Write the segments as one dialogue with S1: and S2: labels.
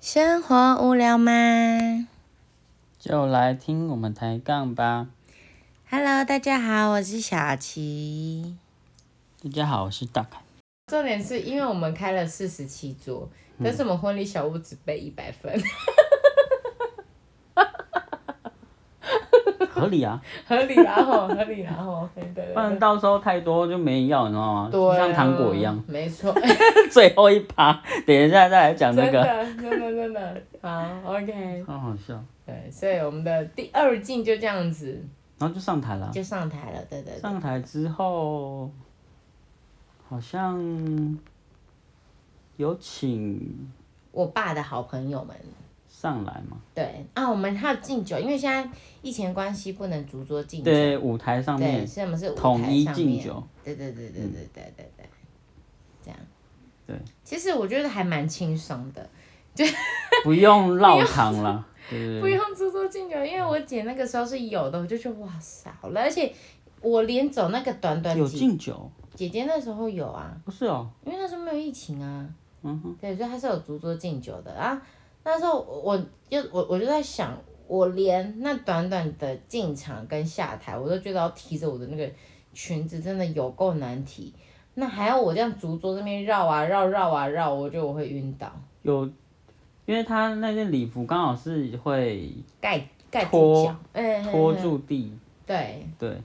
S1: 生活无聊吗
S2: 就来听我们抬杠吧。
S1: ？Hello，大家好，我是小琪。
S2: 大家好，我是大凯。
S3: 重点是因为我们开了四十七桌，
S1: 嗯
S3: 但是我们婚礼小屋只背一百分，
S2: 合理啊，
S3: 合理 然后合理然后对对
S2: 不然
S3: 对，
S2: 到时候太多就没人要，你知道吗？
S3: 对啊
S2: 就像糖果一样。
S3: 没错，
S2: 最后一趴，等一下再来讲这
S3: 真
S2: 个。
S3: 的真的真的好 OK，
S2: 好好笑。
S3: 对，所以我们的第二季就这样子
S2: 然后就上台了。
S3: 就上台了，对对对，
S2: 上台之后，好像有请
S3: 我爸的好朋友们。
S2: 上来嘛？
S3: 对啊，我们还有敬酒，因为现在疫情关系不能主桌敬酒，
S2: 对，舞台上
S3: 对，
S2: 面
S3: 所以我们是舞台
S2: 统一
S3: 上
S2: 敬
S3: 面
S2: 酒。
S3: 对对对对对对对对对，这样。
S2: 对。
S3: 其实我觉得还蛮轻松的，
S2: 不用绕场了，对对
S3: 不
S2: 对，
S3: 用做做敬酒，因为我姐那个时候是有的，我就觉得哇塞，好了，而且我连走那个短短
S2: 有
S3: 几，
S2: 敬酒，
S3: 姐姐那时候有啊，
S2: 不是哦，
S3: 因为那时候没有疫情啊，
S2: 嗯哼，
S3: 对，所以她是有足桌敬酒的啊。那时候我就我我就在想，我连那短短的进场跟下台，我都觉得要提着我的那个裙子真的有够难提，那还要我这样足桌这边绕啊绕绕啊绕，我觉得我会晕倒，
S2: 有，因为他那件礼服刚好是会
S3: 盖盖住
S2: 拖
S3: 脚，哎哎
S2: 拖
S3: 哎
S2: 住地，
S3: 对。
S2: 对，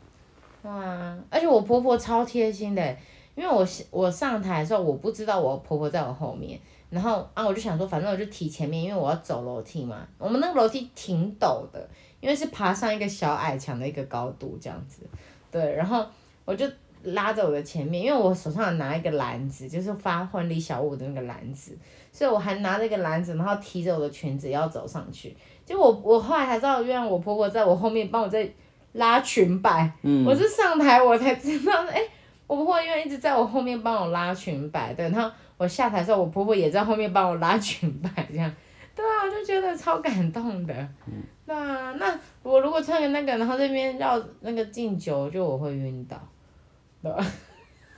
S3: 哇！而且我婆婆超贴心的，因为我是我上台的时候，我不知道我婆婆在我后面，然后啊，我就想说，反正我就提前面，因为我要走楼梯嘛。我们那个楼梯挺陡的，因为是爬上一个小矮墙的一个高度这样子。对，然后我就拉着我的前面，因为我手上有拿一个篮子，就是发婚礼小物的那个篮子，所以我还拿着一个篮子，然后提着我的裙子要走上去。结果我我后来才知道，原来我婆婆在我后面帮我在拉裙摆。
S2: 嗯，
S3: 我是上台我才知道，哎、我婆婆因为一直在我后面帮我拉裙摆，对，然后我下台的时候，我婆婆也在后面帮我拉裙摆，这样， 对啊，我就觉得超感动的。
S2: 嗯
S3: 对啊，那我如果穿个那个，然后这边绕那个敬酒，就我会晕倒。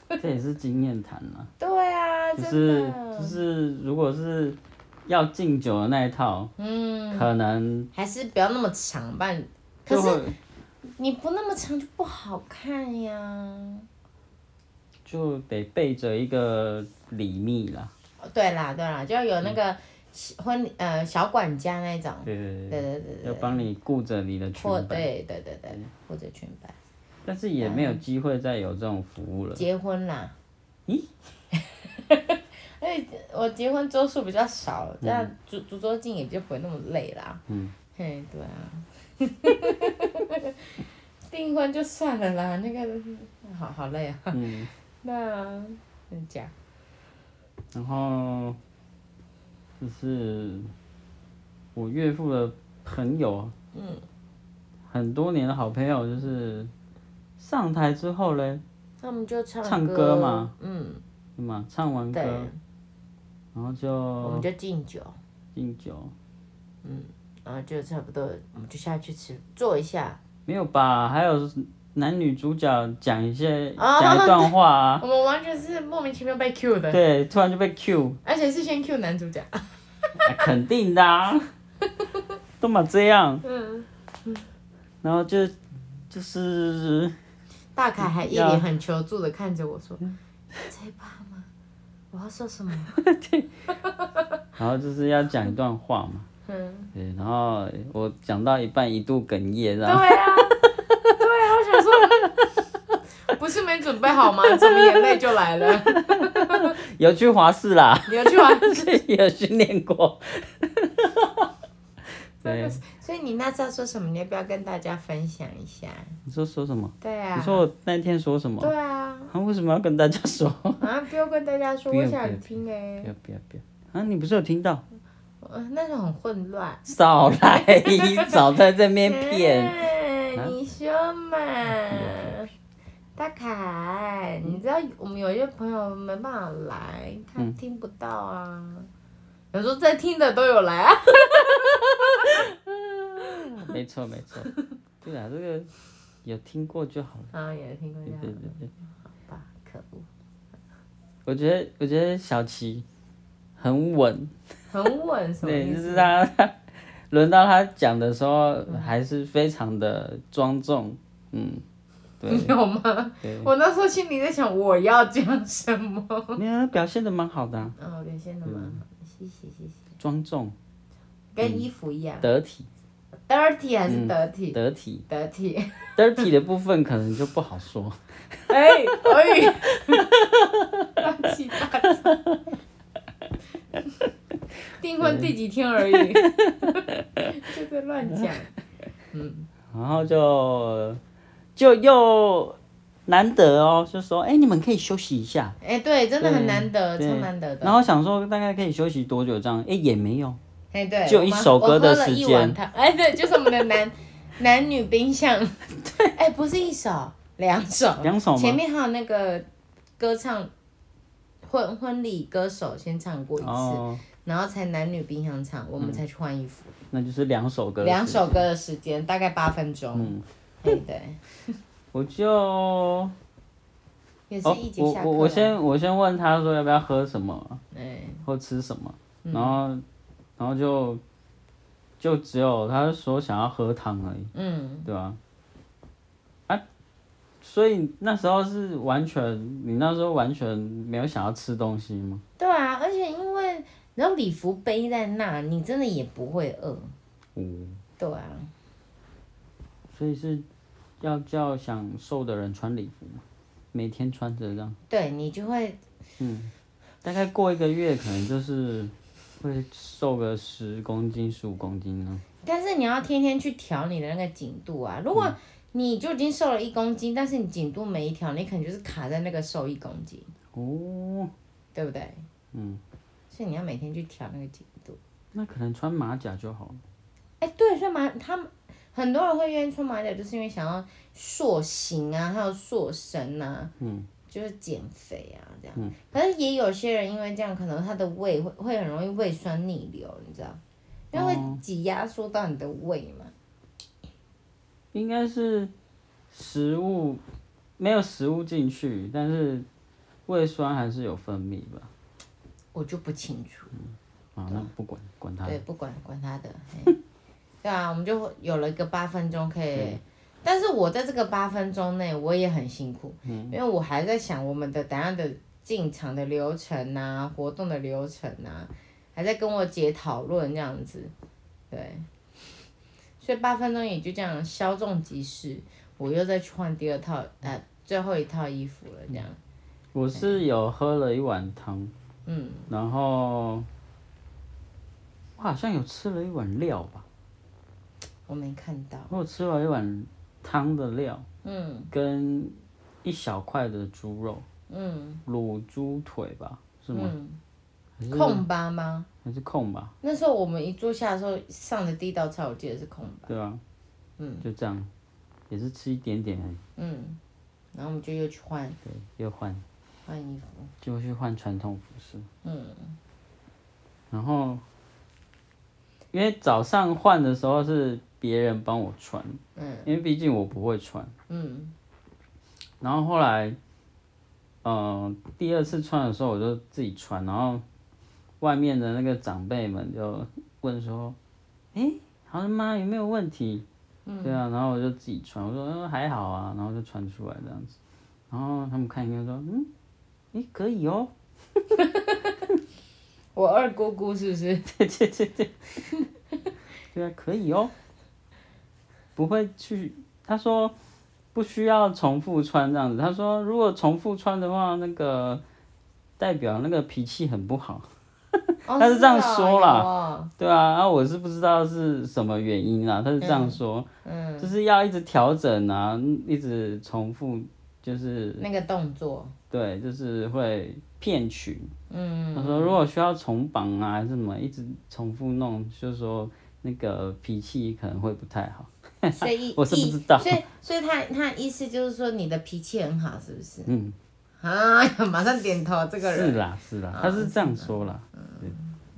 S2: 这也是经验谈了，
S3: 对啊，
S2: 就
S3: 真
S2: 是
S3: 的，
S2: 就是如果是要敬酒的那一套，
S3: 嗯，
S2: 可能
S3: 还是不要那么长吧。可
S2: 就是会
S3: 你不那么长就不好看呀。
S2: 就得背着一个礼密啦，
S3: 哦对啦，对啦，就要有那
S2: 嗯
S3: 个婚礼呃小管家那种。
S2: 对对
S3: 对对
S2: 对，
S3: 对对。
S2: 要帮你顾着你的裙
S3: 或
S2: 摆，
S3: 对对对对，或者裙摆，
S2: 但是也没有机会再有这种服务了，
S3: 结婚啦。
S2: 咦？
S3: 因为我结婚周数比较少，这样主主桌敬也就不会那么累啦。
S2: 嗯。
S3: 嘿，对啊。 订婚就算了啦，那个好好累啊。
S2: 嗯，
S3: 那你讲，
S2: 然后就是我岳父的朋友，
S3: 嗯，
S2: 很多年的好朋友，就是上台之后嘞，
S3: 他们就唱
S2: 唱歌
S3: 歌
S2: 嘛，
S3: 嗯，
S2: 对嘛，唱完歌，哦
S3: 对，
S2: 然后
S3: 我们就
S2: 就
S3: 敬酒，
S2: 敬酒，
S3: 然后就差不多，我们就下去吃，坐一下。
S2: 没有吧？还有男女主角讲一些
S3: 哦
S2: 讲一段话啊，
S3: 我们完全是莫名其妙被 Q 的，
S2: 对，突然就被 Q，
S3: 而且是先 Q 男主角。
S2: 啊肯定的、啊， 都嘛这样，
S3: 嗯。
S2: 然后就就是
S3: 大凯还一
S2: 要
S3: 脸很求助的看着我说：“这一趴吗？我要说什么
S2: 然后就是要讲一段话嘛，？”
S3: 嗯，
S2: 对，然后我讲到一半一度哽咽，
S3: 对
S2: 然后
S3: 啊，对啊，我想说，不是没准备好吗？怎么眼泪就来了？
S2: 有去华视啦，
S3: 你要去玩？
S2: 有训练过，
S3: 真
S2: 对
S3: 的是，所以你那时候说什么？你要不要跟大家分享一下？
S2: 你说说什么？
S3: 对啊，
S2: 你说我那天说什么？
S3: 对啊，
S2: 啊，为什么要跟大家 说？
S3: 啊，不要跟大家说，
S2: 不
S3: 我
S2: 用不
S3: 想
S2: 用
S3: 听哎、
S2: 不要不要不要！啊，你不是有听到？
S3: 嗯，那时候很混乱。
S2: 少来，一早在这边 骗。
S3: 哎
S2: 啊
S3: 你说嘛，大凯，你知道我们有一些朋友没办法来，他
S2: 嗯
S3: 听不到啊。有时候在听的都有来啊。
S2: 没错没错，对啊，这个有听过就好了。
S3: 啊，也听过这
S2: 对
S3: 样
S2: 对对对，
S3: 吧，可恶。
S2: 我觉得我觉得小琪很稳，
S3: 很稳，什么
S2: 对，
S3: 意
S2: 就
S3: 思？
S2: 是他轮到他讲的时候，还是非常的庄重，嗯，对，
S3: 你有吗？我那时候心里在想，我要讲什么？
S2: 没有他表现的蛮好的啊、
S3: 哦，表现的蛮好，谢谢谢谢，
S2: 庄重、嗯
S3: 跟衣服一样
S2: 得体、
S3: ，dirty 还
S2: 嗯
S3: 是得体？
S2: 得体、
S3: 得体，
S2: dirty 的部分可能就不好说，
S3: 哎，可以，乱七八糟，订婚第几天而已，就在乱讲，
S2: 然后就就又难得哦，就说哎、你们可以休息一下，
S3: 哎，对，真的很难得，
S2: 对
S3: 超难得
S2: 然
S3: 的，哦
S2: 后想说大概可以休息多久这样，哎、也没有，
S3: 哎，对，
S2: 就一首歌的时间
S3: 我喝了一碗汤，哎，对，就是我们的男男女冰箱，对，哎，不是一首，两首，
S2: 两首
S3: 前
S2: 吗？
S3: 面还有那个歌唱婚婚礼歌手先唱过一次，
S2: 哦，
S3: 然后才男女冰箱唱，我们才去换衣服。
S2: 那就是两首歌的
S3: 两
S2: 时
S3: 首歌的时间大概八分钟。嗯，对，
S2: 我就
S3: 也是
S2: 哦
S3: 一，节
S2: 我
S3: 下课、
S2: 我我，先我先问他说要不要喝什么
S3: 哎，
S2: 或吃什么，
S3: 嗯
S2: 然后、然后就就只有他说想要喝汤而已，
S3: 嗯，
S2: 对吧、啊？所以那时候是完全，你那时候完全没有想要吃东西吗？
S3: 对啊，而且因为你知道礼服背在那，你真的也不会饿。
S2: 嗯，
S3: 对啊，
S2: 所以是要叫想瘦的人穿礼服嘛，每天穿着这样，
S3: 对你就会
S2: 大概过一个月可能就是会瘦个十公斤、十五公斤呢、
S3: 但是你要天天去调你的那个紧度啊。如
S2: 嗯
S3: 果你就已经瘦了一公斤，但是你紧度没调，你可能就是卡在那个瘦一公斤，
S2: 哦，
S3: 对不对？
S2: 嗯，
S3: 所以你要每天去调那个紧度。
S2: 那可能穿马甲就好了。
S3: 哎，对，所以马他们很多人会愿意穿马甲，就是因为想要塑形啊，还有塑身啊，
S2: 嗯，
S3: 就是减肥啊这样。可是也有些人因为这样，可能他的胃会会很容易胃酸逆流，你知道，因为会挤压缩到你的胃嘛。
S2: 应该是食物没有食物进去，但是胃酸还是有分泌吧。
S3: 我就不清楚，
S2: 啊，那不管管它。
S3: 对，不管管他的。嘿对啊，我们就会有了一个八分钟可以。但是我在这个八分钟内，我也很辛苦，
S2: 嗯
S3: 因为我还在想我们的等下的进场的流程啊，活动的流程啊，还在跟我姐讨论这样子，对，所以八分钟也就这样稍纵即逝，我又再去换第二套呃最后一套衣服了，这样，
S2: 我是有喝了一碗汤，
S3: 嗯，
S2: 然后我好像有吃了一碗料吧，
S3: 我没看到，
S2: 我有吃了一碗汤的料
S3: 嗯
S2: 跟一小块的猪肉，
S3: 嗯，
S2: 卤猪腿吧，是吗？还是
S3: 空吧吗？
S2: 还是空吧，
S3: 那时候我们一坐下的时候，上的第一道菜我记得是空白，
S2: 对吧、
S3: 嗯
S2: 就这样，也是吃一点点而已，
S3: 嗯，然后我们就又去换
S2: 对，又换。
S3: 换衣服，
S2: 就去换传统服饰。
S3: 嗯，
S2: 然后，因为早上换的时候是别人帮我穿，
S3: 嗯，
S2: 因为毕竟我不会穿。
S3: 嗯，
S2: 然后后来，嗯、第二次穿的时候我就自己穿，然后外面的那个长辈们就问说：“诶，好了吗？有没有问题？”
S3: 嗯
S2: 对啊，然后我就自己穿，我说：“嗯，还好啊。”然后就穿出来这样子，然后他们看一看说：“嗯，诶，可以哦。”
S3: 我二姑姑是不是？
S2: 对对对对， 对啊，可以哦，不会去。他说不需要重复穿这样子。他说如果重复穿的话，那个代表那个脾气很不好，
S3: 哦
S2: 他是这样说啦
S3: 哦
S2: 对啊。然、后我是不知道是什么原因啦，他是这样说，
S3: 嗯，
S2: 就是要一直调整啊，一直重复，就是
S3: 哦那个动作，
S2: 对，就是会骗取。
S3: 嗯，
S2: 他说如果需要重绑啊，还是什么，一直重复弄，就是说那个脾气可能会不太好。
S3: 所以 意
S2: 我是不
S3: 意
S2: 知道
S3: 所以所以他他意思就是说你的脾气很好，是不是？
S2: 嗯，
S3: 啊，马上点头，这个
S2: 是
S3: 人啊
S2: 啦是啦，他是这样说啦。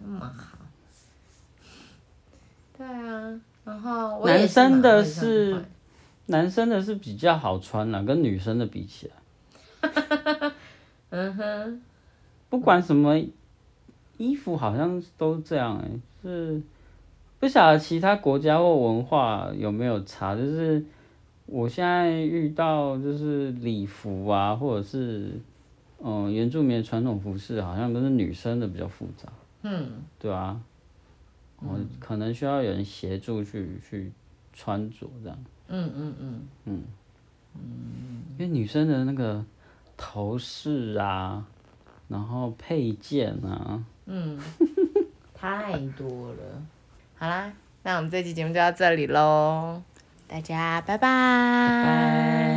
S3: 那么好， 对啊，然后我也
S2: 男生
S3: 马上
S2: 的
S3: 就这样
S2: 是
S3: 换
S2: 男生的是比较好穿啦，跟女生的比起来，嗯哼，不管什么衣服好像都这样哎、就是不晓得其他国家或文化有没有差，就是我现在遇到就是礼服啊，或者是嗯、呃原住民的传统服饰，好像都是女生的比较复杂，嗯，对啊，我可能需要有人协助去去穿着这样，嗯嗯嗯嗯嗯，因为女生的那个头饰啊，然后配件啊。
S3: 太多了。好啦，那我们这期节目就到这里喽，大家拜拜。拜拜